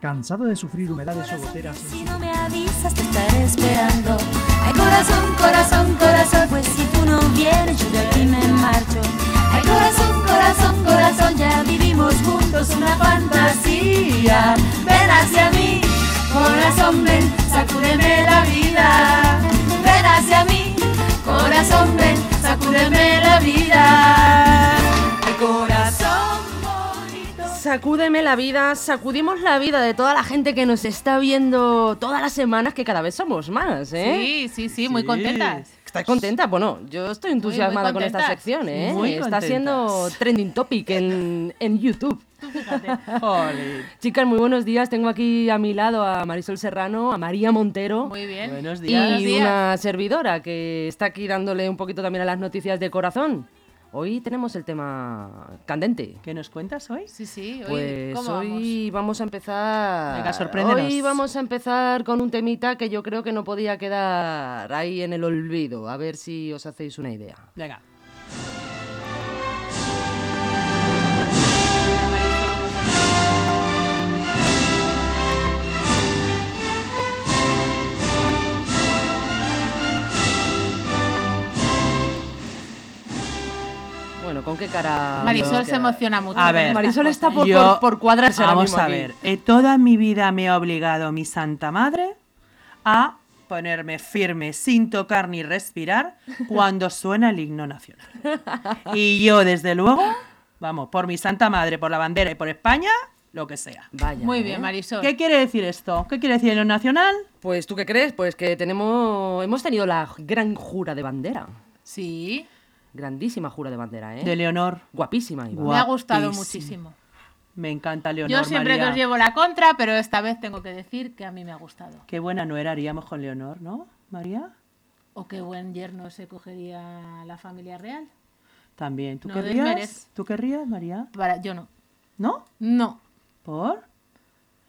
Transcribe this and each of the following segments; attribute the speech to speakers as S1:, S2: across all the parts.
S1: ¿Cansado de sufrir humedades o goteras? en
S2: Si
S1: su-
S2: no me avisas te estaré esperando. Ay corazón, corazón, corazón, pues si tú no vienes yo de aquí me marcho. Ay corazón, corazón, corazón, ya vivimos juntos una fantasía. Ven hacia mí, corazón, ven, sacúdeme la vida. Ven hacia mí, corazón, ven, sacúdeme la vida. Ay corazón bonito.
S3: Sacúdeme la vida, sacudimos la vida de toda la gente que nos está viendo todas las semanas, que cada vez somos más, ¿eh?
S4: Sí, sí, sí, muy contentas.
S3: ¿Estás contenta? Bueno, yo estoy entusiasmada con esta
S4: contentas.
S3: sección, ¿eh?
S4: Muy
S3: está
S4: contentas.
S3: siendo trending topic en, en YouTube.
S4: Jolín.
S3: Chicas, muy buenos días. Tengo aquí a mi lado a Marisol Serrano, a María Montero.
S4: Muy bien.
S5: Buenos
S3: Y
S5: días.
S4: días.
S3: una servidora que está aquí dándole un poquito también a las noticias de corazón. Hoy tenemos el tema candente.
S5: ¿Qué nos cuentas hoy?
S4: Sí, sí, hoy,
S3: Pues
S4: ¿cómo
S3: hoy vamos a empezar.
S5: Venga, sorpréndenos.
S3: Hoy vamos a empezar con un temita que yo creo que no podía quedar ahí en el olvido. A ver si os hacéis una idea.
S5: Venga.
S3: Bueno, ¿con qué cara?
S4: vamos? Marisol
S3: os
S4: se
S3: queda?
S4: emociona mucho.
S5: A ver.
S3: Marisol está por,
S5: Yo-
S3: por, por cuadrarse ahora
S5: Vamos
S3: mismo
S5: a
S3: aquí.
S5: ver. eh, toda mi vida me ha obligado mi santa madre a ponerme firme sin tocar ni respirar cuando suena el himno nacional. Y yo, desde luego, vamos, por mi santa madre, por la bandera y por España, lo que sea.
S3: Vaya,
S4: Muy
S3: ¿eh?
S4: bien, Marisol.
S5: ¿Qué quiere decir esto? ¿Qué quiere decir el himno nacional?
S3: Pues tú qué crees? Pues que tenemos hemos tenido la gran jura de bandera.
S4: Sí,
S3: Grandísima jura de bandera, ¿eh?
S5: De Leonor.
S3: Guapísima, Iván.
S5: Guau.
S4: me ha gustado
S5: Guapísimo.
S4: muchísimo.
S5: Me encanta Leonor.
S4: Yo siempre
S5: María.
S4: que os llevo la contra, pero esta vez tengo que decir que a mí me ha gustado.
S5: Qué buena no haríamos con Leonor, ¿no, María?
S4: O qué buen yerno se cogería la familia real.
S5: También. ¿Tú
S4: No
S5: querrías?
S4: desmerez-
S5: ¿Tú querrías, María?
S4: Para, yo no.
S5: ¿No?
S4: No.
S5: ¿Por?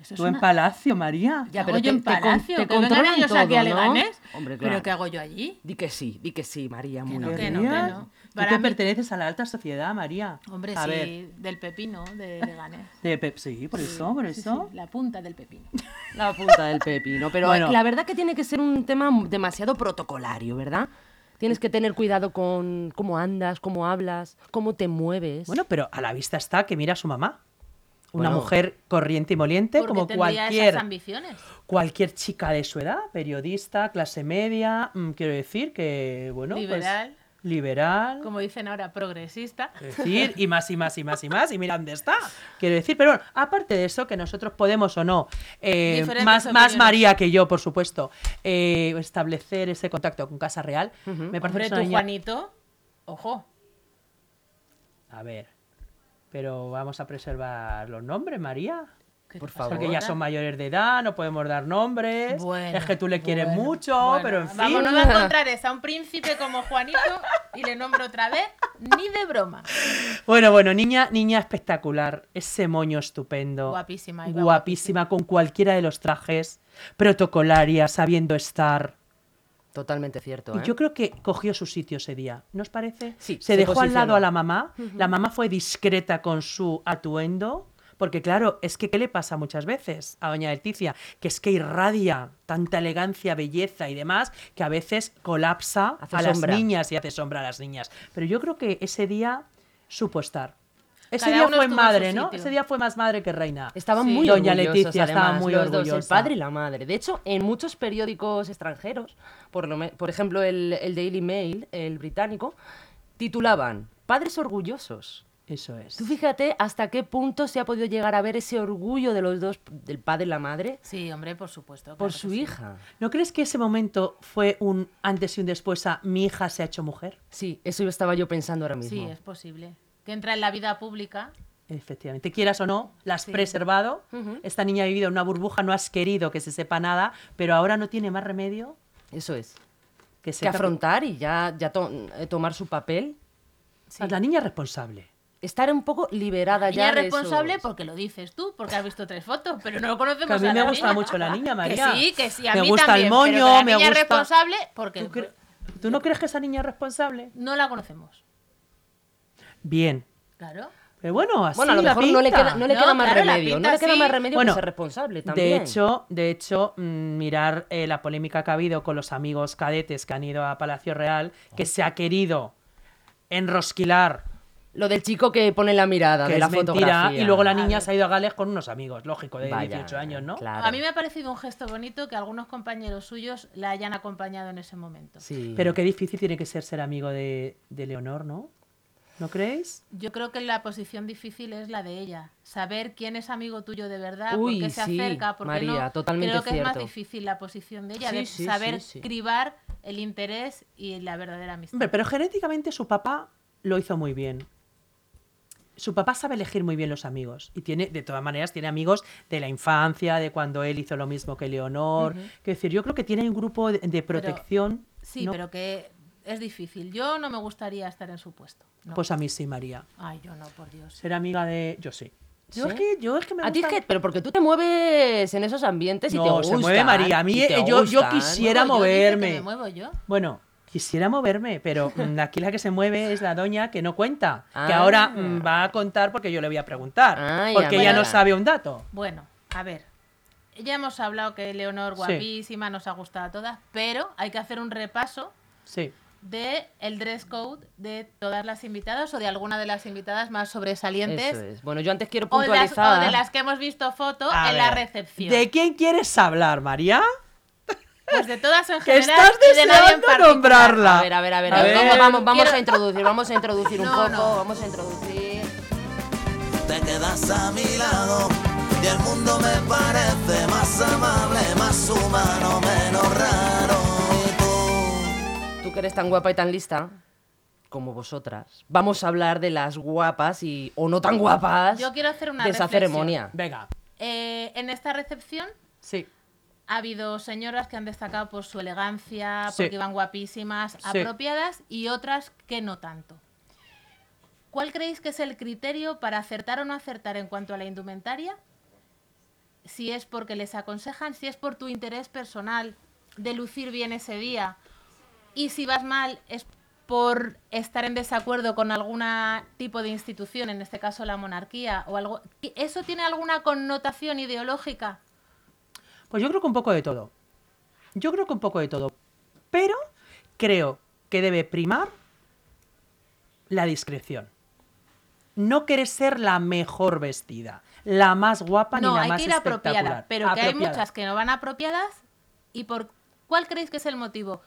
S4: Eso es
S5: Tú en
S4: una...
S5: Palacio, María.
S4: ¿Qué
S3: Ya,
S4: hago
S3: pero te-
S4: yo en
S3: te con-
S4: Palacio?
S3: te
S4: que vengan
S3: controlan
S4: ellos aquí
S3: todo,
S4: a
S3: ¿no?
S4: Leganés.
S3: Hombre, claro.
S4: ¿Pero qué hago yo allí?
S3: Di que sí, di que sí, María,
S4: Que
S3: muy
S4: no,
S3: bien.
S4: que no, que
S5: ¿Querrías?
S4: no.
S5: Tú
S4: Para
S5: que
S4: mí-
S5: perteneces a la alta sociedad, María.
S4: Hombre,
S5: a
S4: sí,
S5: ver,
S4: del pepino de Leganés.
S5: de Pep, sí, por eso, por
S4: Sí,
S5: eso.
S4: sí, la punta del pepino.
S3: La punta del pepino. Pero
S5: Bueno.
S3: la verdad que tiene que ser un tema demasiado protocolario, ¿verdad? Tienes que tener cuidado con cómo andas, cómo hablas, cómo te mueves.
S5: Bueno, pero a la vista está que mira a su mamá. Una
S3: Bueno.
S5: mujer corriente y moliente,
S4: Porque
S5: como
S4: tendría esas
S5: cualquier,
S4: ambiciones.
S5: cualquier chica de su edad, periodista, clase media, mm, quiero decir que, bueno, pues,
S4: Liberal.
S5: liberal,
S4: Como dicen ahora, progresista.
S3: Eh,
S5: Es decir, y más y más y más y más, y mira dónde está. Quiero decir, pero bueno, aparte de eso, que nosotros podemos o no, eh,
S4: Diferentes
S5: más, más
S4: opiniones.
S5: María que yo, por supuesto, eh, establecer ese contacto con Casa Real, me parece que
S4: Hombre,
S5: es
S4: tú,
S5: una niña-
S4: Juanito, ojo.
S5: A ver, pero vamos a preservar los nombres, María.
S4: ¿qué
S3: Por
S4: te pasa?
S3: favor.
S5: Porque ya son mayores de edad, no podemos dar nombres.
S4: Bueno,
S5: es que tú le quieres
S4: bueno,
S5: mucho,
S4: bueno.
S5: pero en fin.
S4: Vamos, no me encontrares a un príncipe como Juanito y le nombro otra vez, ni de broma.
S5: Bueno, bueno, niña, niña espectacular. Ese moño estupendo.
S4: Guapísima, Iba,
S5: Guapísima, con cualquiera de los trajes. Protocolaria, sabiendo estar.
S3: Totalmente cierto.
S5: Y
S3: ¿eh?
S5: yo creo que cogió su sitio ese día. ¿No os parece?
S3: Sí,
S5: se,
S3: se
S5: dejó
S3: posicionó.
S5: al lado a la mamá. La mamá fue discreta con su atuendo. Porque claro, es que ¿qué le pasa muchas veces a doña Leticia? Que es que irradia tanta elegancia, belleza y demás, que a veces colapsa
S3: Hace
S5: a
S3: sombra.
S5: las niñas y hace sombra a las niñas. Pero yo creo que ese día supo estar. Ese
S4: Cada
S5: día
S4: uno estuvo
S5: fue
S4: en su
S5: madre, ¿no?
S4: sitio.
S5: Ese día fue más madre que reina.
S3: Estaban
S4: Sí.
S3: muy
S5: Doña
S3: orgullosos,
S5: Leticia estaba
S3: además,
S5: muy
S3: los dos,
S5: orgullosa.
S3: el padre y la madre. De hecho, en muchos periódicos extranjeros, por, lo me- por ejemplo el, el Daily Mail, el británico, titulaban Padres orgullosos.
S5: Eso es.
S3: Tú fíjate hasta qué punto se ha podido llegar a ver ese orgullo de los dos, del padre y la madre,
S4: Sí, hombre, por supuesto.
S3: por
S4: claro que
S3: su
S4: sí.
S3: hija.
S5: ¿No crees que ese momento fue un antes y un después a mi hija se ha hecho mujer?
S3: Sí, eso yo estaba yo pensando ahora mismo.
S4: Sí, es posible. Que entra en la vida pública.
S5: Efectivamente, quieras o no, la has preservado. Esta niña ha vivido en una burbuja, no has querido que se sepa nada, pero ahora no tiene más remedio
S3: Eso es.
S5: que
S3: Que
S5: sepa
S3: afrontar y ya, ya to- eh, tomar su papel.
S5: que- La niña es responsable.
S3: Estar un poco liberada
S4: Ella
S3: ya.
S4: es
S3: de
S4: responsable
S3: esos-
S4: porque lo dices tú, porque has visto tres fotos, pero no lo conocemos
S5: Que a mí
S4: la
S5: me gusta
S4: niña.
S5: mucho la niña, María.
S4: Que sí, que sí, a
S5: me
S4: mí
S5: gusta
S4: también,
S5: el
S4: pero que
S5: moño,
S4: la
S5: me
S4: niña
S5: gusta.
S4: es responsable porque
S5: ¿Tú, cre- tú no crees que esa niña es responsable?
S4: no la conocemos.
S5: Bien,
S4: Claro.
S5: Pero bueno, así
S3: Bueno, a lo
S5: la
S3: mejor no le
S5: pinta.
S3: queda, no le
S4: No,
S3: queda más
S4: claro, la
S3: remedio. No
S4: pinta
S3: le queda
S4: sí.
S3: más remedio
S5: Bueno,
S3: que ser responsable también.
S5: De hecho, de hecho, mm, mirar eh, la polémica que ha habido con los amigos cadetes que han ido a Palacio Real, que se ha querido enrosquilar
S3: Lo del chico que pone la mirada
S5: que
S3: de
S5: es
S3: la
S5: mentira,
S3: fotografía.
S5: y luego la
S4: A
S5: niña
S4: ver.
S5: se ha ido a Gales con unos amigos, lógico, de
S3: Vaya,
S5: 18 años, ¿no?
S3: claro.
S4: A mí me ha parecido un gesto bonito que algunos compañeros suyos la hayan acompañado en ese momento.
S3: Sí.
S5: Pero qué difícil tiene que ser ser amigo de, de Leonor, ¿no? ¿No creéis?
S4: Yo creo que la posición difícil es la de ella. Saber quién es amigo tuyo de verdad,
S3: Uy,
S4: por qué se
S3: sí,
S4: acerca, por qué
S3: María,
S4: no.
S3: totalmente
S4: creo que es más
S3: cierto.
S4: difícil la posición de ella,
S3: Sí,
S4: de
S3: sí,
S4: saber
S3: sí, sí.
S4: cribar el interés y la verdadera amistad.
S5: Hombre, pero genéticamente su papá lo hizo muy bien. Su papá sabe elegir muy bien los amigos y tiene, de todas maneras, tiene amigos de la infancia, de cuando él hizo lo mismo que Leonor. Quiero decir, yo creo que tiene un grupo de, de protección.
S4: Sí,
S5: ¿no?
S4: pero que es difícil. Yo no me gustaría estar en su puesto. no.
S5: Pues a mí sí, María.
S4: Ay, yo no, por Dios.
S5: Ser amiga de. Yo sí. Yo
S3: ¿Sí?
S5: es que, yo es que me
S3: A ti es
S5: gusta-
S3: que, pero porque tú te mueves en esos ambientes y te
S5: No,
S3: gustan.
S5: se mueve María. A mí,
S3: y te
S5: eh, yo- yo
S3: gustan.
S5: quisiera- Era
S4: Muevo yo, dice que
S5: moverme.
S4: me muevo yo.
S5: Bueno, quisiera moverme, pero mm, aquí la que se mueve es la doña que no cuenta. Que
S3: Ah.
S5: ahora mm, va a contar porque yo le voy a preguntar.
S3: Ay,
S5: porque ella
S3: amiga.
S5: no sabe un dato.
S4: Bueno, a ver. Ya hemos hablado que Leonor guapísima nos ha gustado a todas, pero hay que hacer un repaso
S5: Sí.
S4: de el dress code de todas las invitadas o de alguna de las invitadas más sobresalientes
S3: Eso es. Bueno, yo antes quiero
S4: o, de las, o
S3: puntualizar.
S4: de las que hemos visto foto
S5: ¿eh? A
S4: Oh, en
S5: ver,
S4: la recepción.
S5: ¿De quién quieres hablar, María?
S4: Pues de todas en
S5: Que
S4: general
S5: estás
S4: y de nadie en
S5: deseando
S4: particular.
S5: nombrarla.
S3: A ver, a ver, a ver.
S5: A ver.
S3: ¿Cómo vamos, vamos
S4: Quiero-
S3: a introducir, vamos a introducir un
S4: No,
S3: poco,
S4: no.
S3: vamos a introducir.
S6: te quedas a mi lado y el mundo me parece más amable, más humano, menos raro. Y tú,
S3: Tú que eres tan guapa y tan lista como vosotras, vamos a hablar de las guapas y o no tan guapas
S4: Yo quiero hacer una
S3: de esa
S4: reflexión.
S3: ceremonia.
S5: Venga.
S4: Eh, en esta recepción
S5: Sí.
S4: ha habido señoras que han destacado por su elegancia,
S5: Sí.
S4: porque iban guapísimas, apropiadas, y otras que no tanto. ¿Cuál creéis que es el criterio para acertar o no acertar en cuanto a la indumentaria? Si es porque les aconsejan, si es por tu interés personal de lucir bien ese día, y si vas mal es por estar en desacuerdo con algún tipo de institución, en este caso la monarquía, o algo. ¿Eso tiene alguna connotación ideológica?
S5: Pues yo creo que un poco de todo. Yo creo que un poco de todo. Pero creo que debe primar la discreción. No querer ser la mejor vestida, la más guapa
S4: No,
S5: ni la
S4: hay
S5: más
S4: que ir
S5: espectacular.
S4: apropiada, pero que hay
S5: Apropiada.
S4: muchas que no van apropiadas. ¿Y por cuál creéis que es el motivo?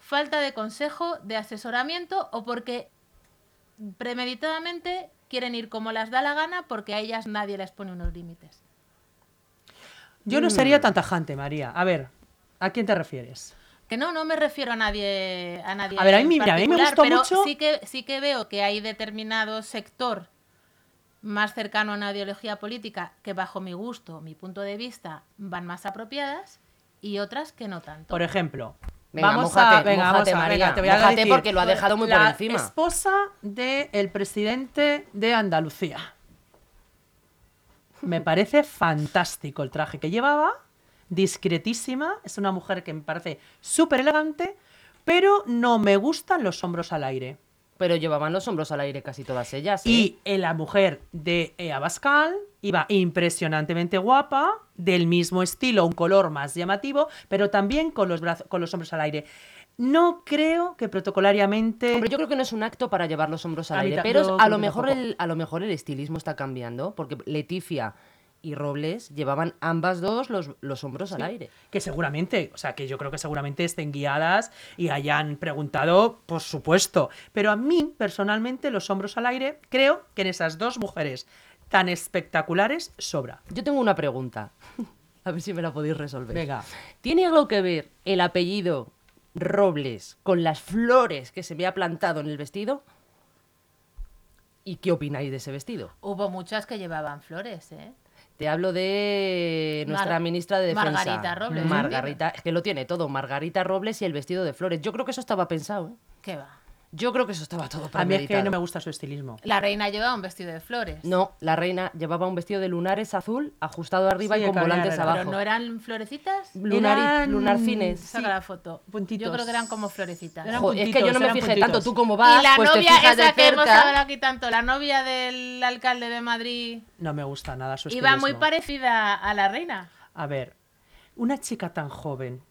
S4: ¿Falta de consejo, de asesoramiento o porque premeditadamente quieren ir como las da la gana porque a ellas nadie les pone unos límites?
S5: Yo no sería
S4: Mm.
S5: tan tajante, María. A ver, ¿a quién te refieres?
S4: Que no, no me refiero a nadie a nadie
S5: A ver, a mí,
S4: en
S5: mira, a mí me
S4: particular,
S5: gustó
S4: pero
S5: mucho-
S4: Sí que, sí que veo que hay determinado sector más cercano a una ideología política que bajo mi gusto, mi punto de vista, van más apropiadas y otras que no tanto.
S5: Por ejemplo,
S3: Venga,
S5: vamos a,
S3: mójate,
S5: venga,
S3: mójate,
S5: vamos a-
S3: María,
S5: venga, te voy a
S3: mójate
S5: decir,
S3: porque lo ha dejado muy por
S5: la
S3: encima.
S5: esposa del presidente de Andalucía. Me parece fantástico el traje que llevaba, discretísima, es una mujer que me parece súper elegante, pero no me gustan los hombros al aire.
S3: Pero llevaban los hombros al aire casi todas ellas. ¿eh?
S5: Y eh, la mujer de eh, Abascal iba impresionantemente guapa, del mismo estilo, un color más llamativo, pero también con los, brazos, con los hombros al aire. No creo que protocolariamente...
S3: Hombre, yo creo que no es un acto para llevar los hombros al
S5: A mí
S3: aire,
S5: ta- yo
S3: pero a
S5: creo
S3: lo,
S5: que
S3: mejor
S5: tampoco.
S3: el, a lo mejor el estilismo está cambiando, porque Leticia y Robles llevaban ambas dos los, los hombros al aire.
S5: Que seguramente, o sea, que yo creo que seguramente estén guiadas y hayan preguntado, por supuesto. Pero a mí, personalmente, los hombros al aire, creo que en esas dos mujeres tan espectaculares sobra.
S3: Yo tengo una pregunta, a ver si me la podéis resolver.
S5: Venga.
S3: ¿Tiene algo que ver el apellido Robles con las flores que se me ha plantado en el vestido? ¿Y qué opináis de ese vestido?
S4: Hubo muchas que llevaban flores, ¿eh?
S3: Te hablo de nuestra
S4: Mar-
S3: ministra de Defensa.
S4: Margarita Robles,
S3: Margarita, es que lo tiene todo, Margarita Robles y el vestido de flores. Yo creo que eso estaba pensado, ¿eh?
S4: ¿Qué va?
S3: Yo creo que eso estaba todo
S5: A mí es que no me
S3: premeditado.
S5: gusta su estilismo.
S4: La reina llevaba un vestido de flores.
S3: No, la reina llevaba un vestido de lunares azul ajustado arriba
S5: Sí,
S3: y con
S5: cabellera
S3: volantes
S5: larga.
S3: abajo.
S4: Pero no eran florecitas.
S3: Lunari-
S5: eran-
S3: lunarcines.
S4: Saca
S5: Sí.
S4: la foto.
S5: Puntitos.
S4: Yo creo que eran como florecitas.
S5: Eran
S3: Jo, es que yo
S5: puntitos,
S3: no me
S5: eran
S3: fijé
S5: puntitos.
S3: tanto tú como vas,
S4: y la
S3: pues te
S4: novia
S3: fijas
S4: esa
S3: de
S4: que hemos hablado
S3: cerca.
S4: aquí tanto, la novia del alcalde de Madrid,
S5: No me gusta nada
S3: Pues
S5: su estilismo.
S4: iba muy parecida a la reina.
S5: A ver, una chica tan joven.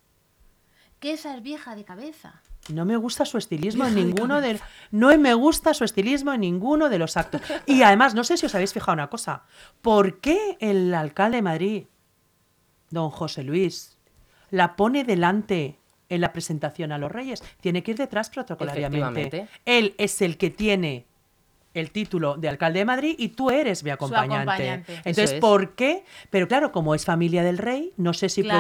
S4: Que esa es vieja de cabeza.
S5: No me gusta su estilismo en ninguno de no me gusta su estilismo en ninguno de los actos. Y además, no sé si os habéis fijado una cosa. ¿Por qué el alcalde de Madrid, don José Luis, la pone delante en la presentación a los reyes? Tiene que ir detrás protocolariamente.
S3: Efectivamente.
S5: Él es el que tiene el título de alcalde de Madrid y tú eres mi acompañante.
S4: acompañante. Eso
S5: Entonces,
S3: es.
S5: ¿por qué? Pero claro, como es familia del rey, no sé si
S4: Claro.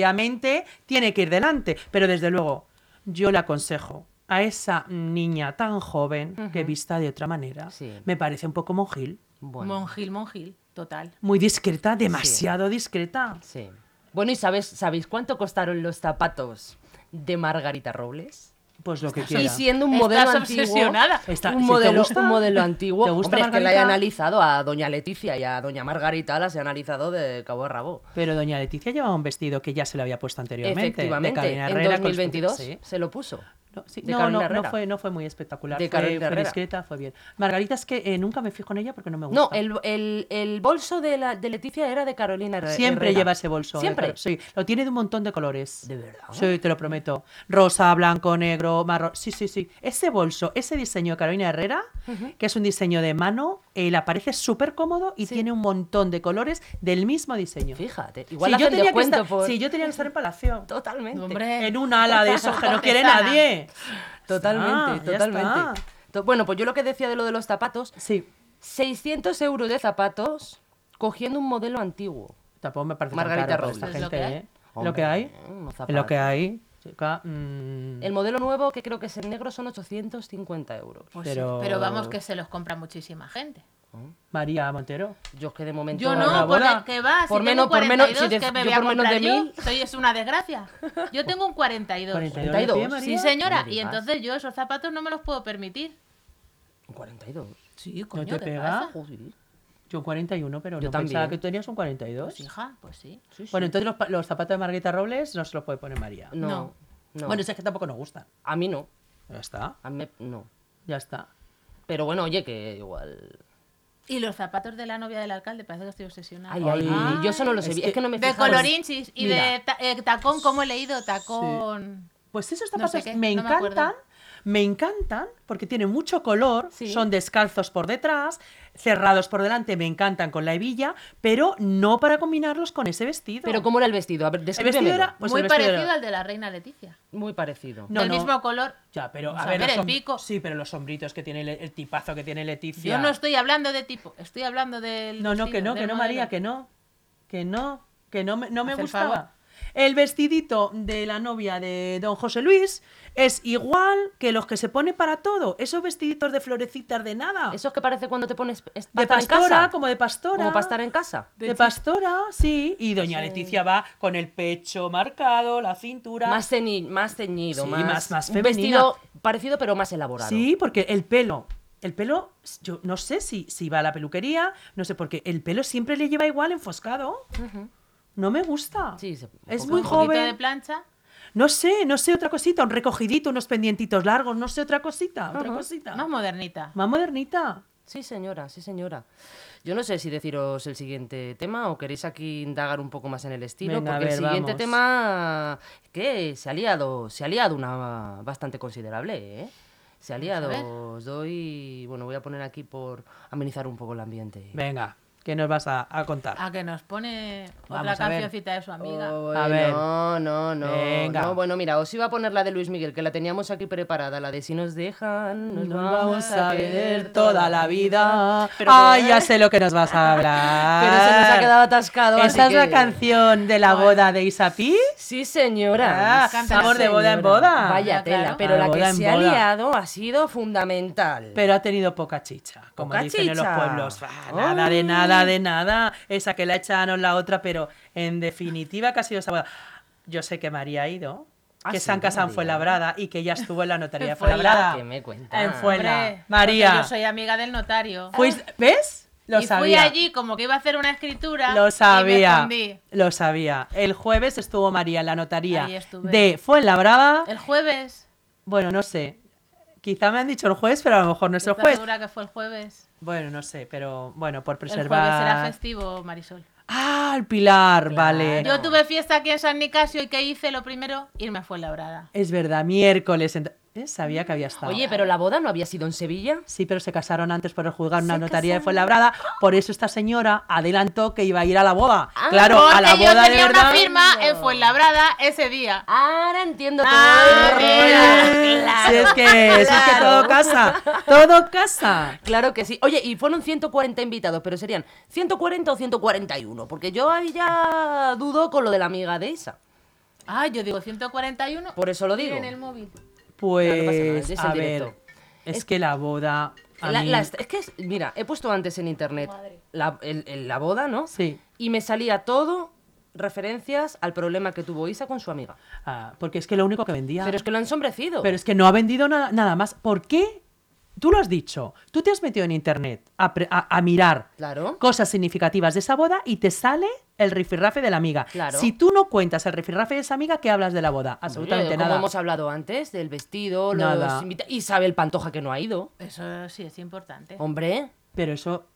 S5: protocolariamente tiene que ir delante. Pero desde luego, yo le aconsejo a esa niña tan joven que vista de otra manera,
S3: Sí.
S5: me parece un poco monjil,
S3: Bueno,
S4: Monjil, monjil, total.
S5: muy discreta, demasiado discreta.
S3: sí. Bueno, ¿y sabes, sabéis cuánto costaron los zapatos de Margarita Robles?
S5: Pues lo que
S3: Y
S5: quiera.
S3: siendo un
S4: Estás
S3: modelo antiguo,
S4: obsesionada.
S5: Está-
S3: un,
S5: si te
S3: modelo,
S5: gusta-
S3: un modelo antiguo,
S5: ¿te gusta
S3: hombre, es que la he
S5: Margarita?
S3: analizado a doña Leticia y a doña Margarita las he analizado de cabo a rabo.
S5: Pero doña Leticia llevaba un vestido que ya se le había puesto anteriormente. de
S3: Efectivamente,
S5: Carolina
S3: en
S5: Herrera con los
S3: 2022
S5: puntitos, sí.
S3: se lo puso.
S5: No, sí,
S3: de
S5: no,
S3: Carolina
S5: no, no
S3: Herrera.
S5: fue, no fue muy espectacular.
S3: De
S5: fue-
S3: Carolina
S5: fue,
S3: Herrera.
S5: discreta, fue bien. Margarita es que eh, nunca me fijo en ella porque no me gusta.
S3: No, el, el- el bolso de, la- de Leticia era de Carolina Herre- Herrera.
S5: Siempre lleva ese bolso. de
S3: Eh, Siempre.
S5: Car- sí, lo tiene de un montón de colores.
S3: ¿De verdad?
S5: Sí, te lo prometo. Rosa, blanco, negro, marrón. Sí, sí, sí. Ese bolso, ese diseño de Carolina Herrera, que es un diseño de mano, eh, le parece súper cómodo y tiene un montón de colores del mismo diseño.
S3: Fíjate, igual
S5: si, yo
S3: hacen
S5: tenía que
S3: descuento
S5: estar,
S3: por...
S5: si yo tenía que estar en Palacio.
S3: Totalmente.
S4: Hombre.
S5: En un ala de esos que no quiere
S4: Cortesana.
S5: nadie.
S4: Ah,
S3: Totalmente,
S5: Ya está, ya
S3: totalmente.
S5: está.
S3: To- Bueno, pues yo lo que decía de lo de los zapatos,
S5: Sí.
S3: 600 euros de zapatos cogiendo un modelo antiguo.
S5: Tampoco me parece
S3: Margarita
S5: tan caro para
S3: Robles.
S5: esta
S4: Es lo
S5: gente,
S4: que hay.
S5: ¿eh? lo que
S3: Hombre,
S5: hay.
S3: unos
S5: en Lo que
S3: zapatos.
S5: hay. chica, mm,
S3: El modelo nuevo, que creo que es en negro, son 850 euros.
S4: Pues sí,
S5: Pero-
S4: pero... vamos que se los compra muchísima gente.
S5: María Montero.
S3: Yo es que de momento...
S4: Yo
S5: la
S4: no,
S5: boda.
S4: porque que va, si
S3: Por
S4: tengo
S3: menos-
S4: un
S3: por menos, si
S4: 42,
S3: de-
S4: que me
S3: yo
S4: voy a
S3: por menos
S4: comprar
S3: de
S4: yo,
S3: mil.
S4: soy- es una desgracia. Yo tengo un 42.
S5: 42
S3: 42.
S5: de pie,
S4: Sí,
S5: María.
S4: señora,
S3: No
S4: y
S3: digas.
S4: entonces yo esos zapatos no me los puedo permitir.
S3: 42.
S4: Sí,
S5: coño,
S4: coño,
S5: te ¿qué pega? pasa?
S3: Joder.
S5: Yo un 41, pero
S3: Yo
S5: no pensaba
S3: también.
S5: que tú tenías un 42.
S4: Pues hija, pues sí.
S5: Bueno, entonces los, pa- los zapatos de Margarita Robles no se los puede poner María.
S3: No,
S4: No.
S3: no.
S5: Bueno, si es que tampoco nos gustan.
S3: A mí no.
S5: Ya está,
S3: A mí no.
S5: ya está.
S3: Pero bueno, oye, que igual...
S4: Y los zapatos de la novia del alcalde, parece que estoy obsesionada. Ah,
S3: Ay, ay,
S5: Ay.
S3: yo eso no lo sé.
S5: Es
S3: Es que,
S5: que-
S3: no me he
S4: de
S3: fijado.
S4: colorinchis y
S5: Mira.
S4: de ta- eh, tacón, como he leído, tacón.
S5: Pues esos
S4: No sé
S5: zapatos
S4: qué,
S5: me
S4: no me acuerdo.
S5: encantan, me, encantan porque tienen mucho color,
S3: Sí.
S5: son descalzos por detrás, cerrados por delante, me encantan con la hebilla, pero no para combinarlos con ese vestido.
S3: Pero ¿cómo era el vestido? A ver,
S5: el vestido
S3: descríbemelo.
S5: era pues
S4: Muy
S5: el vestido era-
S4: parecido al de la reina Leticia.
S3: Muy parecido.
S5: No,
S4: del
S5: no.
S4: mismo color.
S5: Ya, pero
S4: Vamos
S5: a
S4: a
S5: ver,
S4: ver,
S5: los
S4: el
S5: som-
S4: pico.
S5: Sí, pero los sombritos que tiene, Le- el tipazo que tiene Leticia.
S4: Yo no estoy hablando de tipo, estoy hablando del.
S5: No, no, que
S4: vestido,
S5: no,
S4: del
S5: que
S4: modelo.
S5: no, María, que no. Que no, que no me, no me
S4: Haz el favor.
S5: gustaba. El vestidito de la novia de don José Luis es igual que los que se pone para todo. Esos vestiditos de florecitas de nada.
S3: Eso es que parece cuando te pones es-
S5: de
S3: para estar en
S5: pastora,
S3: casa.
S5: como de pastora.
S3: Como para estar en casa.
S5: De pastora, sí. Y doña Leticia va con el pecho marcado, la cintura.
S3: Más, ceñi- más ceñido,
S5: Sí,
S3: más,
S5: más- más
S3: un
S5: femenina.
S3: vestido parecido pero más elaborado.
S5: Sí, porque el pelo. El pelo, yo no sé si, si va a la peluquería, no sé, porque el pelo siempre le lleva igual enfoscado. No me gusta.
S3: Sí, se-
S5: es
S3: un
S5: muy
S4: Un poquito
S5: joven.
S4: de plancha.
S5: No sé, no sé otra cosita, un recogidito, unos pendientitos largos, no sé otra cosita, otra cosita.
S4: Más modernita.
S5: Más modernita.
S3: Sí, señora, sí, señora. Yo no sé si deciros el siguiente tema o queréis aquí indagar un poco más en el estilo,
S5: Venga, a
S3: porque el
S5: ver,
S3: siguiente
S5: vamos.
S3: tema que se ha liado, se ha liado una bastante considerable, ¿eh? Se ha liado, os doy, bueno, voy a poner aquí por amenizar un poco el ambiente.
S5: Venga, ¿qué nos vas a, a contar?
S4: A que nos pone
S5: Vamos
S4: la
S5: a ver.
S4: cancioncita de su amiga.
S3: Oh,
S5: A
S3: bueno,
S5: ver.
S3: No, no, no.
S5: Venga.
S3: No, bueno, mira, os iba a poner la de Luis Miguel, que la teníamos aquí preparada, la de si nos dejan, nos
S5: Nos
S3: vamos a
S5: querer
S3: querer
S5: toda la vida.
S3: Pero
S5: Ay,
S3: bueno,
S5: ya sé lo que nos vas a hablar.
S3: Pero se nos ha quedado atascado,
S5: Esa es
S3: así
S5: la
S3: que-
S5: canción de la boda de Isapi.
S3: Sí, señora.
S5: Ah,
S3: Sí,
S5: canta amor de boda en boda.
S3: Vaya
S4: Ah, claro.
S3: tela, pero
S5: Ah,
S3: la
S5: boda
S3: que
S5: en
S3: se ha
S5: boda.
S3: liado ha sido fundamental.
S5: Pero ha tenido poca chicha, como
S3: Poca
S5: dicen en los
S3: chicha.
S5: pueblos. Ah, nada de nada, de nada. Esa que la echaron la otra, pero en definitiva que ha sido esa boda. Yo sé que María ha ido,
S3: Ah, sí,
S5: que está en casa en
S3: todavía.
S5: Fuenlabrada y que ella estuvo en la notaría de
S4: En Fuenla,
S5: Fuenlabrada.
S3: que me cuenta.
S5: ah, En
S4: Hombre,
S5: Fuenla.
S4: porque
S5: María,
S4: Yo soy amiga del notario.
S5: fuiste- ¿ves? Lo
S4: y fui
S5: sabía.
S4: allí como que iba a hacer una escritura.
S5: Lo sabía.
S4: Y me escondí.
S5: Lo sabía. El jueves estuvo María en la notaría
S4: Ahí estuve.
S5: de Fuenlabrada.
S4: El jueves.
S5: Bueno, no sé. Quizá me han dicho el jueves, pero a lo mejor no es el
S4: Estoy
S5: jueves.
S4: segura que fue el jueves.
S5: Bueno, no sé, pero bueno, por
S4: El jueves era
S5: preservar.
S4: festivo, Marisol.
S5: Ah, el Pilar, vale.
S4: Yo tuve fiesta aquí en San Nicasio y ¿qué hice? Lo primero, irme a Fuenlabrada.
S5: Es verdad, miércoles. ent- ¿Eh? Sabía que había estado.
S3: Oye, pero la boda no había sido en Sevilla.
S5: Sí, pero se casaron antes por el juzgar una notaría de Fuenlabrada. Por eso esta señora adelantó que iba a ir a la boda. claro,
S4: Porque
S5: a la boda
S4: yo tenía
S5: de verdad.
S4: una firma en Fuenlabrada ese día.
S3: Ahora entiendo todo.
S4: Ah,
S5: Eh, si es que, si es que todo casa. Todo casa.
S3: Claro que sí. Oye, y fueron 140 invitados, pero serían 140 o 141, porque yo ahí ya dudo con lo de la amiga de Isa.
S4: Ah, yo digo 141.
S3: Por eso lo
S4: Mira
S3: digo.
S4: en el móvil.
S3: No, no pasa nada, es
S5: Pues,
S3: en
S5: a ver.
S3: directo.
S5: Es que la boda. a
S3: La-
S5: mí-
S3: la- es que, es- mira, he puesto antes en internet la, el- el- la boda, ¿no?
S5: Sí.
S3: Y me salía todo referencias al problema que tuvo Isa con su amiga.
S5: Ah, porque es que lo único que vendía.
S3: Pero es que lo han ensombrecido.
S5: Pero es que no ha vendido na- nada más. ¿Por qué? Tú lo has dicho. Tú te has metido en internet a, pre- a- a mirar
S3: Claro.
S5: cosas significativas de esa boda y te sale el rifirrafe de la amiga.
S3: Claro.
S5: Si tú no cuentas el rifirrafe de esa amiga, ¿qué hablas de la boda? Absolutamente
S3: Oye,
S5: nada.
S3: Como hemos hablado antes, del vestido, los
S5: Nada.
S3: invita- Isabel Pantoja que no ha ido.
S4: Eso sí es importante.
S3: Hombre.
S5: Pero eso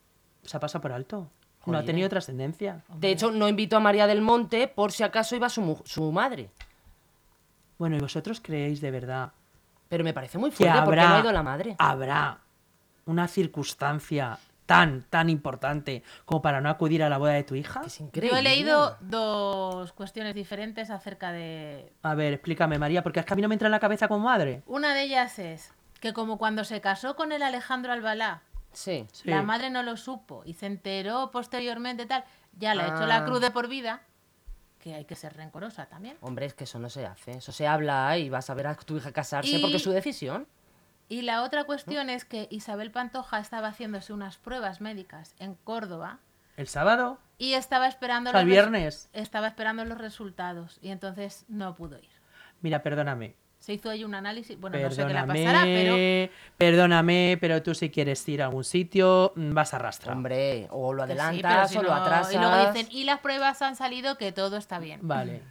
S5: se ha pasado por alto. No ha
S3: Jolín.
S5: tenido trascendencia.
S3: De hecho, no invitó a María del Monte por si acaso iba su, mu- su madre.
S5: Bueno, ¿y vosotros creéis de verdad
S3: Pero me parece muy
S5: que
S3: fuerte porque
S5: habrá,
S3: no ha ido la madre.
S5: habrá una circunstancia tan, tan importante como para no acudir a la boda de tu hija?
S3: Es increíble.
S4: Yo he leído dos cuestiones diferentes acerca de...
S5: A ver, explícame, María, porque es que a mí no me entra en la cabeza con madre.
S4: Una de ellas es que como cuando se casó con el Alejandro Albalá,
S3: Sí.
S5: Sí.
S4: la madre no lo supo y se enteró posteriormente tal, ya le ha hecho
S3: Ah.
S4: la cruz de por vida, que hay que ser rencorosa también.
S3: Hombre, es que eso no se hace. Eso se habla y vas a ver a tu hija casarse
S4: Y-
S3: porque es su decisión.
S4: Y la otra cuestión es que Isabel Pantoja estaba haciéndose unas pruebas médicas en Córdoba
S5: El sábado.
S4: y estaba esperando
S5: O sea, el
S4: resu-
S5: viernes.
S4: estaba esperando los resultados y entonces no pudo ir.
S5: Mira, perdóname.
S4: Se hizo ahí un análisis, bueno, no sé qué la
S5: Perdóname,
S4: pasará, pero
S5: perdóname, pero tú si quieres ir a algún sitio mm, vas a arrastrar.
S3: Hombre, o lo
S4: Que sí,
S3: adelantas
S4: pero si
S3: o lo
S4: no-
S3: atrasas.
S4: Y luego dicen, y las pruebas han salido que todo está bien.
S5: Vale.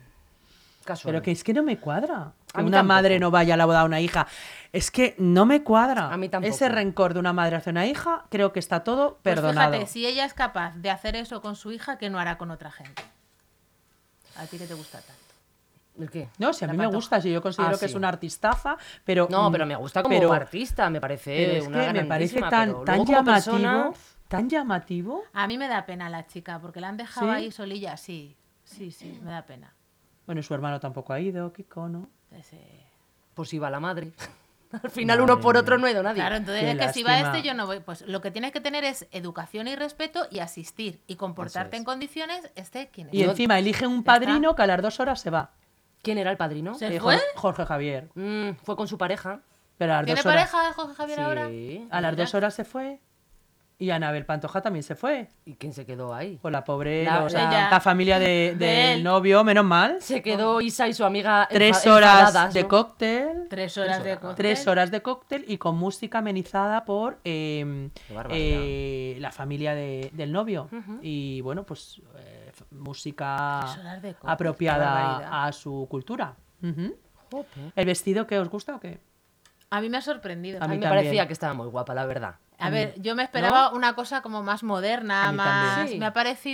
S3: Casual.
S5: Pero que es que no me cuadra. Que
S3: A mí
S5: una
S3: tampoco.
S5: madre no vaya a la boda a una hija. Es que no me cuadra.
S3: A mí tampoco.
S5: Ese rencor de una madre hacia una hija, creo que está todo
S4: Pues
S5: perdonado.
S4: fíjate, si ella es capaz de hacer eso con su hija, ¿qué no hará con otra gente? A ti que te gusta tanto.
S3: ¿El qué?
S5: No, si a mí me
S4: Pantoja.
S5: gusta, si yo considero
S3: Ah, sí.
S5: que es una artistaza, pero.
S3: No,
S5: mm,
S3: pero me gusta como
S5: pero-
S3: artista, me parece
S5: pero es
S3: una
S5: que me parece
S3: grandísima,
S5: tan,
S3: pero
S5: tan
S3: luego como
S5: llamativo.
S3: persona-
S5: Tan llamativo.
S4: A mí me da pena la chica, porque la han dejado
S5: ¿Sí?
S4: ahí solilla, sí, sí, sí, me da pena.
S5: Bueno, su hermano tampoco ha ido, Kiko, ¿no?
S4: Ese-
S3: Pues iba la madre. Al final uno por otro no ha ido nadie.
S4: Claro, entonces
S5: Qué
S4: es que si va
S5: lástima.
S4: este yo no voy. Pues lo que tienes que tener es educación y respeto y asistir y comportarte
S3: Eso es.
S4: en condiciones este, esté quien
S5: Y
S4: esté.
S5: encima elige un padrino que a las dos horas se va.
S3: ¿Quién era el padrino?
S4: ¿Se
S5: Eh,
S4: fue?
S5: Jor- Jorge Javier.
S3: Mm, fue con su pareja.
S5: Pero a las
S4: ¿Tiene
S5: dos horas,
S4: pareja Jorge Javier ahora?
S3: Sí.
S5: A las
S4: Mira.
S5: dos horas se fue. Y Anabel Pantoja también se fue.
S3: ¿Y quién se quedó ahí?
S5: Pues la pobre,
S3: La-
S5: la, la-
S4: ella.
S5: la familia de- del
S4: De él.
S5: novio, menos mal.
S3: Se quedó Isa y su amiga
S5: Tres
S3: enfa-
S5: horas
S3: enfadadas,
S5: de
S3: ¿no?
S5: cóctel.
S4: Tres horas de cóctel.
S5: Tres horas de cóctel y con música amenizada por eh,
S3: Qué barbaridad.
S5: eh, la familia de- del novio. Y bueno, pues eh, f-
S4: Tres
S5: música
S4: horas de cóctel, qué barbaridad.
S5: apropiada a su cultura. Ujú.
S3: Jope.
S5: ¿El vestido que os gusta o qué?
S4: A mí me ha sorprendido.
S5: A
S3: A
S5: mí
S3: mí me
S5: también.
S3: parecía que estaba muy guapa, la verdad.
S4: A ver, yo me esperaba una cosa como más
S5: Mm. A
S4: moderna,
S5: mí
S4: más.
S5: también.
S3: Sí.
S4: Me ha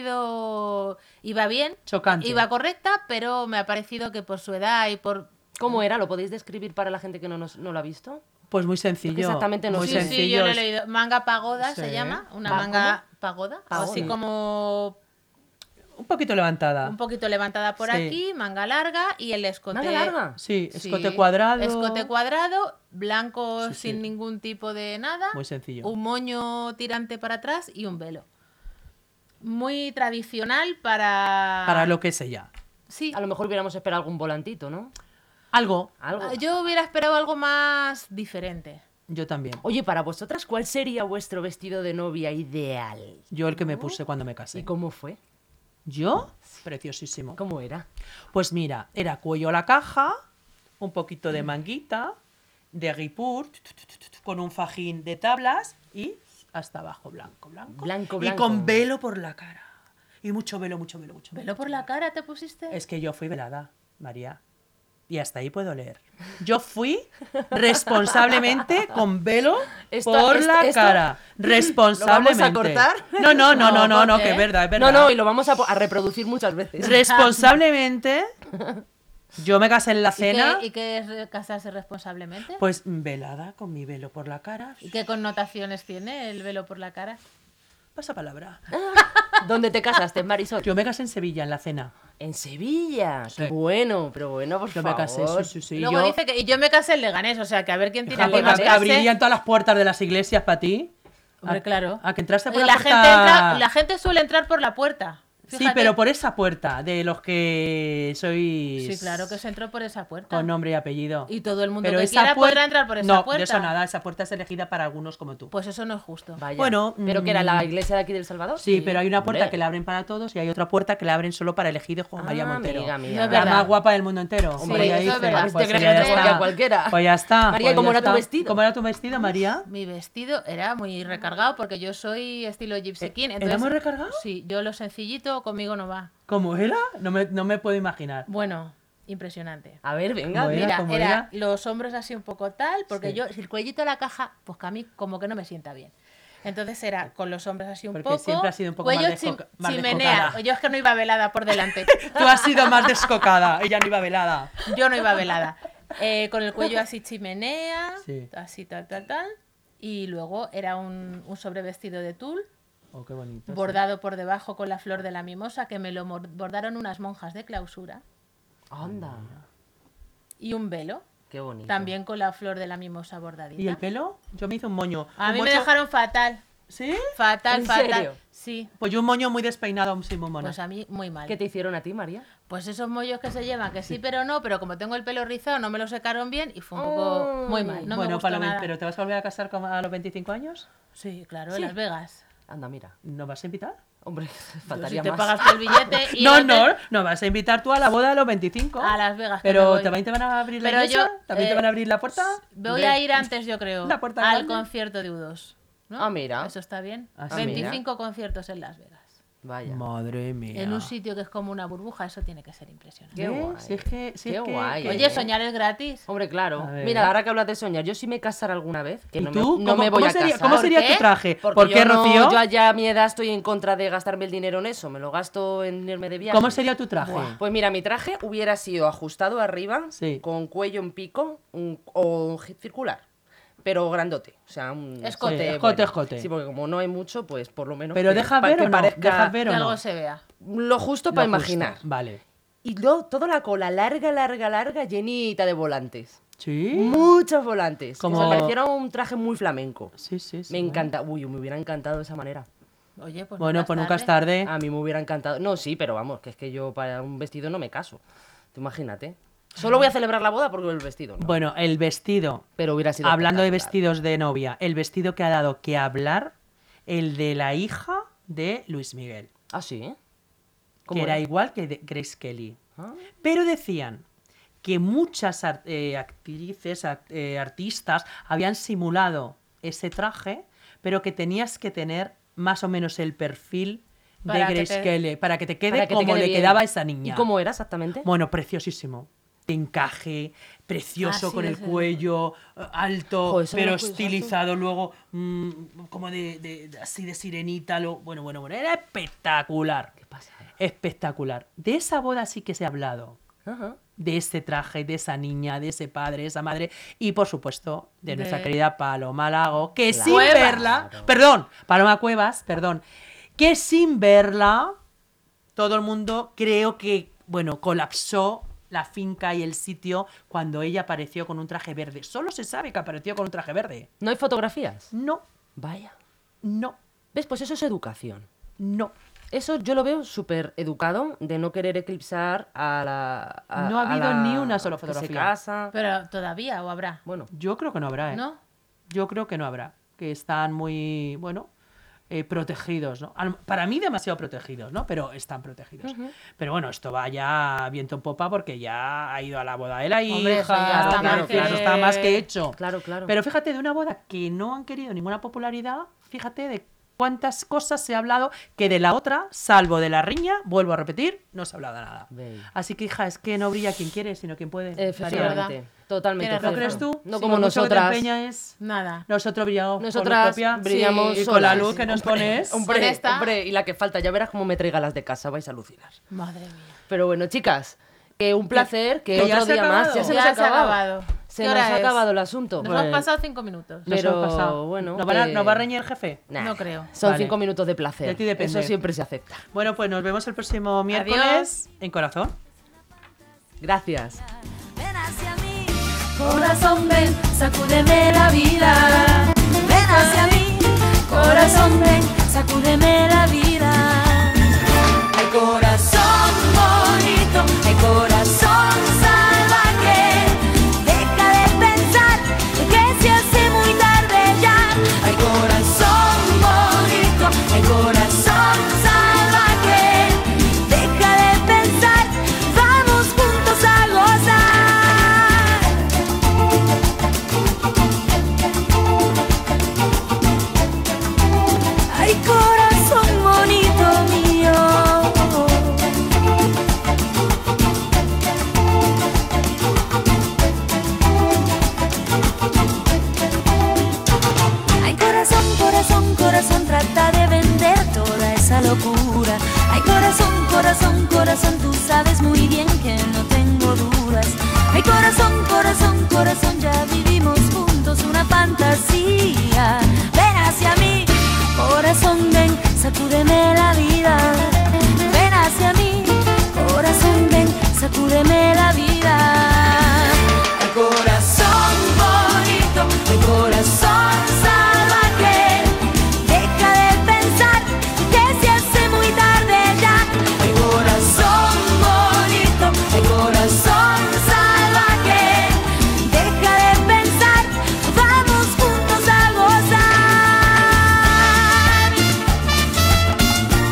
S4: parecido. Iba bien.
S5: Chocante.
S4: Iba correcta, pero me ha parecido que por su edad y por.
S3: ¿Cómo era? ¿Lo podéis describir para la gente que no, nos- no lo ha visto?
S5: Pues muy sencillo.
S3: exactamente no
S5: muy
S3: sé.
S4: sí, sí, yo
S5: sencillo.
S4: lo he leído. Manga pagoda
S5: Sí.
S4: se llama. Una
S3: ¿Va-
S4: manga pagoda.
S3: Pagoda.
S4: Así como
S5: Un poquito levantada.
S4: un poquito levantada por
S5: Sí.
S4: aquí, manga larga y el escote.
S3: ¿Nada larga?
S5: Sí,
S4: Sí.
S5: escote cuadrado.
S4: Escote cuadrado, blanco
S5: Sí, sí.
S4: sin ningún tipo de nada.
S5: Muy sencillo.
S4: Un moño tirante para atrás y un velo. Muy tradicional para.
S5: Para lo que es ella.
S4: Sí.
S3: A lo mejor hubiéramos esperado algún volantito, ¿no?
S5: Algo.
S3: Algo.
S4: Yo hubiera esperado algo más diferente.
S5: Yo también.
S3: Oye, para vosotras, ¿cuál sería vuestro vestido de novia ideal?
S5: Yo el que me puse cuando me
S3: ¿Y
S5: casé.
S3: cómo fue?
S5: ¿Yo? Preciosísimo.
S3: ¿Cómo era?
S5: Pues mira, era cuello a la caja, un poquito de manguita, de guipur, tu, tu, tu, tu, tu, con un fajín de tablas y hasta abajo, blanco, blanco.
S3: Blanco,
S5: Y
S3: blanco.
S5: con velo por la cara. Y mucho velo, mucho velo, mucho velo.
S4: ¿Velo por la cara te pusiste?
S5: Es que yo fui velada, María. Y hasta ahí puedo leer. Yo fui responsablemente con velo
S3: Esto-
S5: por
S3: esto-
S5: la
S3: esto-
S5: cara. Responsablemente.
S3: cortar?
S5: No, no, no, no, no,
S4: No,
S5: no,
S4: ¿por
S5: que
S4: qué?
S5: es verdad, es
S3: No,
S5: verdad.
S3: no, y lo vamos a, po- a reproducir muchas veces.
S5: Responsablemente, yo me casé en la
S4: ¿Y qué,
S5: cena,
S4: y qué es re- casarse responsablemente?
S5: pues velada con mi velo por la cara.
S4: ¿Y qué connotaciones tiene el velo por la cara?
S5: Pasa palabra.
S3: ¿Dónde te casaste, Marisol?
S5: Yo me casé en Sevilla en la cena.
S3: En Sevilla.
S5: Sí.
S3: Qué bueno, pero bueno, por
S5: Yo me
S3: favor.
S5: casé, sí, sí, sí.
S4: Luego
S5: yo,
S4: dice que y yo me casé en Leganés, o sea que a ver quién tiene
S5: Hija,
S4: que
S5: pues,
S4: casarse.
S5: abrirían todas las puertas de las iglesias para ti.
S4: Hombre,
S5: A-
S4: claro.
S5: A que entraste por
S4: Y
S5: la,
S4: la, gente
S5: puerta.
S4: entra- la gente suele entrar por la puerta.
S5: Sí,
S4: Fíjate.
S5: pero por esa puerta, de los que sois.
S4: Sí, claro que se entró por esa puerta.
S5: Con nombre y apellido.
S4: Y todo el mundo
S5: Pero
S4: que
S5: esa
S4: quiera
S5: puer-
S4: podrá entrar por esa
S5: no,
S4: puerta.
S5: de eso nada, esa puerta es elegida para algunos como tú.
S4: Pues eso no es justo.
S3: Vaya.
S5: Bueno,
S3: ¿Pero
S5: mm.
S3: que era la iglesia de aquí del Salvador?
S5: sí, pero hay una puerta
S3: hombre.
S5: que la abren para todos y hay otra puerta que la abren solo para elegidos Juan María
S3: Ah,
S5: Montero.
S3: amiga mía.
S4: No es
S5: La
S4: verdad.
S5: más guapa del mundo entero.
S4: Sí,
S5: Hombre,
S4: eso
S5: ya
S4: es
S5: dice,
S4: verdad.
S5: Pues,
S3: Te
S5: ya
S3: crees que
S5: está.
S3: a cualquiera.
S5: Pues ya está.
S3: María, ¿y
S5: pues
S3: cómo
S5: ya
S3: era tu
S5: está.
S3: vestido?
S5: ¿Cómo era tu vestido, María?
S4: Mi vestido era muy recargado porque yo soy estilo Gypsy King.
S5: Eh, ¿era
S4: entonces-
S5: muy recargado?
S4: Sí, yo lo sencillito conmigo no va.
S5: ¿Cómo era? No me, no me puedo imaginar.
S4: Bueno, impresionante.
S3: A ver, venga.
S5: Bueno.
S4: Mira,
S5: como
S4: era,
S5: era.
S4: los hombros así un poco tal, porque
S5: Sí.
S4: yo, si el cuellito de la caja, pues que a mí como que no me sienta bien. Entonces era con los hombros así un
S5: Porque
S4: poco.
S5: siempre has sido un poco
S4: cuello
S5: más descoca- más
S4: chimenea.
S5: descocada.
S4: Yo es que no iba velada por delante.
S5: Tú has sido más descocada. Ella no iba velada.
S4: Yo no iba velada. Eh, con el cuello así chimenea,
S5: Sí.
S4: así tal, tal, tal. Y luego era un, un sobrevestido de tul,
S5: Oh, qué bonito. sí.
S4: bordado por debajo con la flor de la mimosa, que me lo mor- bordaron unas monjas de clausura.
S3: Anda.
S4: Y un velo,
S3: Qué bonito.
S4: también con la flor de la mimosa bordadita.
S5: ¿Y el pelo? Yo me hice un moño.
S4: A
S5: Un
S4: mí me
S5: moño-
S4: dejaron fatal.
S5: ¿Sí?
S4: Fatal,
S3: ¿En
S4: fatal.
S3: serio?
S4: Sí.
S5: Pues yo un moño muy despeinado, sí, muy mono.
S4: Pues a mí muy mal.
S3: ¿Qué te hicieron a ti, María?
S4: Pues esos mollos que se llevan, que sí, pero no, pero como tengo el pelo rizado, no me lo secaron bien y fue un poco
S3: Oh.
S4: muy mal. No me
S5: bueno,
S4: gustó
S5: para lo
S4: nada.
S5: pero ¿te vas a volver a casar con- a los 25 años?
S4: Sí, claro,
S3: Sí.
S4: en Las Vegas.
S3: Anda, mira.
S5: ¿No vas a invitar?
S3: Hombre,
S4: Tú
S3: faltaría
S4: si te
S3: más.
S4: pagaste el billete y
S5: no,
S4: antes-
S5: no, no vas a invitar tú a la boda de los 25.
S4: A Las Vegas, que me
S5: Pero
S4: voy.
S5: ¿también te van a abrir la
S4: Pero
S5: iglesia?
S4: yo,
S5: ¿También te
S4: eh,
S5: van a abrir la puerta?
S4: Voy a ir antes, yo creo,
S5: La puerta
S4: al
S5: grande.
S4: concierto de U2. ¿no?
S3: Ah, mira.
S4: Eso está bien.
S5: Ah, sí.
S4: 25 conciertos en Las Vegas.
S3: Vaya.
S5: Madre mía.
S4: En un sitio que es como una burbuja, eso tiene que ser impresionante.
S3: Qué
S5: ¿Ves?
S3: guay.
S5: Si es que- si
S3: Qué
S5: es que-
S3: guay. ¿eh?
S5: que-
S4: Oye, soñar es gratis.
S3: Hombre, claro.
S5: A ver.
S3: Mira, ahora que hablas de soñar, yo si me casara alguna vez, que
S5: ¿Y
S3: no,
S5: tú?
S3: Me, no
S5: ¿Cómo-
S3: me voy
S5: cómo
S3: a
S5: sería-
S3: casar. ¿Eh?
S5: cómo sería
S4: ¿Por qué?
S5: tu traje?
S3: Porque
S5: ¿Por qué,
S3: yo no-
S5: Rocío?
S3: yo allá a mi edad estoy en contra de gastarme el dinero en eso. Me lo gasto en irme de viaje.
S5: ¿Cómo sería tu traje?
S3: Pues mira, mi traje hubiera sido ajustado arriba,
S5: Sí.
S3: con cuello en pico un- o circular, pero grandote. O sea, un
S4: Escote.
S5: Sí, escote, escote.
S3: Sí, porque como no hay mucho, pues por lo menos.
S5: ¿Pero
S3: que-
S5: dejas
S3: para
S5: ver
S3: que
S5: o no?
S3: parezca
S5: ¿Dejas ver
S4: que
S5: o
S4: algo
S5: no?
S4: se vea.
S3: Lo justo
S5: Lo
S3: para
S5: justo.
S3: imaginar.
S5: Vale.
S3: Y luego toda la cola larga, larga, larga, llenita de volantes.
S5: ¿Sí?
S3: Muchos volantes.
S5: Como-
S3: Como... Me parecieron un traje muy flamenco.
S5: Sí, sí, sí.
S3: Me encanta. Uy, me hubiera encantado de esa manera.
S4: Oye, pues
S5: Bueno, pues nunca es
S4: tarde.
S5: tarde.
S3: A mí me hubiera encantado. No, sí, pero vamos, que es que yo para un vestido no me caso. Tú imagínate. Solo voy a celebrar la boda porque el vestido no.
S5: Bueno, el vestido.
S3: Pero hubiera sido.
S5: Hablando de
S3: espectacular.
S5: vestidos de novia, el vestido que ha dado que hablar, el de la hija de Luis Miguel,
S3: Ah, sí. ¿eh?
S5: que
S3: ¿Cómo
S5: era
S3: era?
S5: igual que de Grace Kelly.
S3: Ah.
S5: Pero decían que muchas ar- eh, actrices, act- eh, artistas, habían simulado ese traje, pero que tenías que tener más o menos el perfil
S4: Para
S5: de
S4: que
S5: Grace
S4: te-
S5: Kelly, para que te quede
S3: Para que te
S5: como
S3: quede
S5: le
S3: bien.
S5: quedaba a esa niña.
S3: ¿Y cómo era exactamente?
S5: Bueno, preciosísimo. De encaje, precioso
S4: Ah, sí,
S5: con el
S4: es verdad.
S5: cuello eh, alto,
S3: Jo, eso no
S5: pero
S3: lo puedes hacer.
S5: estilizado luego, mm, como de, de- de- así de sirenita. Lo, bueno, bueno, bueno, era espectacular.
S3: ¿Qué pasa?
S5: Espectacular. De esa boda sí que se ha hablado.
S3: Ajá.
S5: De ese traje, de esa niña, de ese padre, de esa madre. Y por supuesto, de,
S4: De-
S5: nuestra querida Paloma Lago, que sin
S4: Cuevas.
S5: verla. Perdón, Paloma Cuevas, perdón. Que sin verla todo el mundo creo que, bueno, colapsó la finca y el sitio cuando ella apareció con un traje verde. Solo se sabe que apareció con un traje verde.
S3: ¿No hay fotografías?
S5: No,
S3: Vaya.
S5: no,
S3: ¿Ves? Pues eso es educación.
S5: no.
S3: Eso yo lo veo súper educado de no querer eclipsar a la. a-
S5: No ha
S3: a
S5: habido
S3: la
S5: ni una sola
S3: que se
S5: fotografía.
S3: casa.
S4: Pero todavía, o habrá.
S3: Bueno,
S5: Yo creo que no habrá, ¿eh?
S4: ¿No?
S5: Yo creo que no habrá. Que están muy, bueno, eh, protegidos, ¿no? Al- Para mí demasiado protegidos, ¿no? Pero están protegidos. Pero bueno, esto va ya viento en popa porque ya ha ido a la boda de la hija.
S3: Hombre, eso ya está
S5: claro,
S3: más
S5: claro,
S3: que-
S5: eso está más que hecho.
S3: Claro, claro.
S5: Pero fíjate, de una boda que no han querido ninguna popularidad, fíjate de cuántas cosas se ha hablado que de la otra, salvo de la riña, vuelvo a repetir, no se ha hablado nada.
S3: Veis.
S5: Así que, hija, es que no brilla quien quiere, sino quien puede.
S4: Efectivamente.
S5: María.
S3: Efectivamente. Totalmente.
S4: Tienes razón.
S5: ¿Lo crees tú?
S3: No
S5: Si
S3: como
S5: lo mucho que te
S3: nosotras.
S5: empeñas,
S4: Nada.
S5: nosotros brillamos
S3: Nosotras
S5: con la copia,
S3: brillamos
S5: y con la
S3: solas.
S5: luz que nos pones.
S3: Hombre,
S4: Honesta.
S3: hombre, y la que falta, ya verás cómo me traiga las de casa, vais a alucinar.
S4: Madre mía.
S3: Pero bueno, chicas, que un placer, que,
S5: que ya
S3: otro
S5: se ha
S3: día más.
S5: acabado.
S3: Ya se
S4: Ya
S3: nos ha
S4: se ha
S3: acabado.
S4: acabado.
S3: Se
S4: ¿Qué
S3: nos
S4: hora
S3: ha
S4: es?
S3: acabado el asunto.
S4: Nos
S5: Pues-
S4: hemos pasado cinco minutos.
S5: Nos
S3: pero,
S5: hemos pasado.
S3: bueno, eh,
S5: ¿Nos, van a,
S3: que-
S5: nos va a reñir el jefe?
S3: Nah,
S4: No creo.
S3: Son
S5: Vale.
S3: cinco minutos de
S5: De
S3: placer.
S5: ti depende.
S3: Eso siempre se acepta.
S5: Bueno, pues nos vemos el próximo miércoles en Corazón.
S3: Gracias.
S2: Ven hacia mí, corazón, ven, sacúdeme la vida. Ven hacia mí, corazón, ven, sacúdeme la vida. Hay corazón bonito, hay corazón salvaje. Deja de pensar que se hace muy tarde ya. Hay corazón bonito, hay corazón salvaje. Deja de pensar, vamos juntos a gozar. Ay, corazón bonito mío. Ay, corazón, corazón, corazón, trata de vender toda esa locura. Ay, corazón, corazón, corazón, tú sabes muy bien que no tengo dudas. Ay, corazón, corazón, corazón, ya vivimos juntos una fantasía.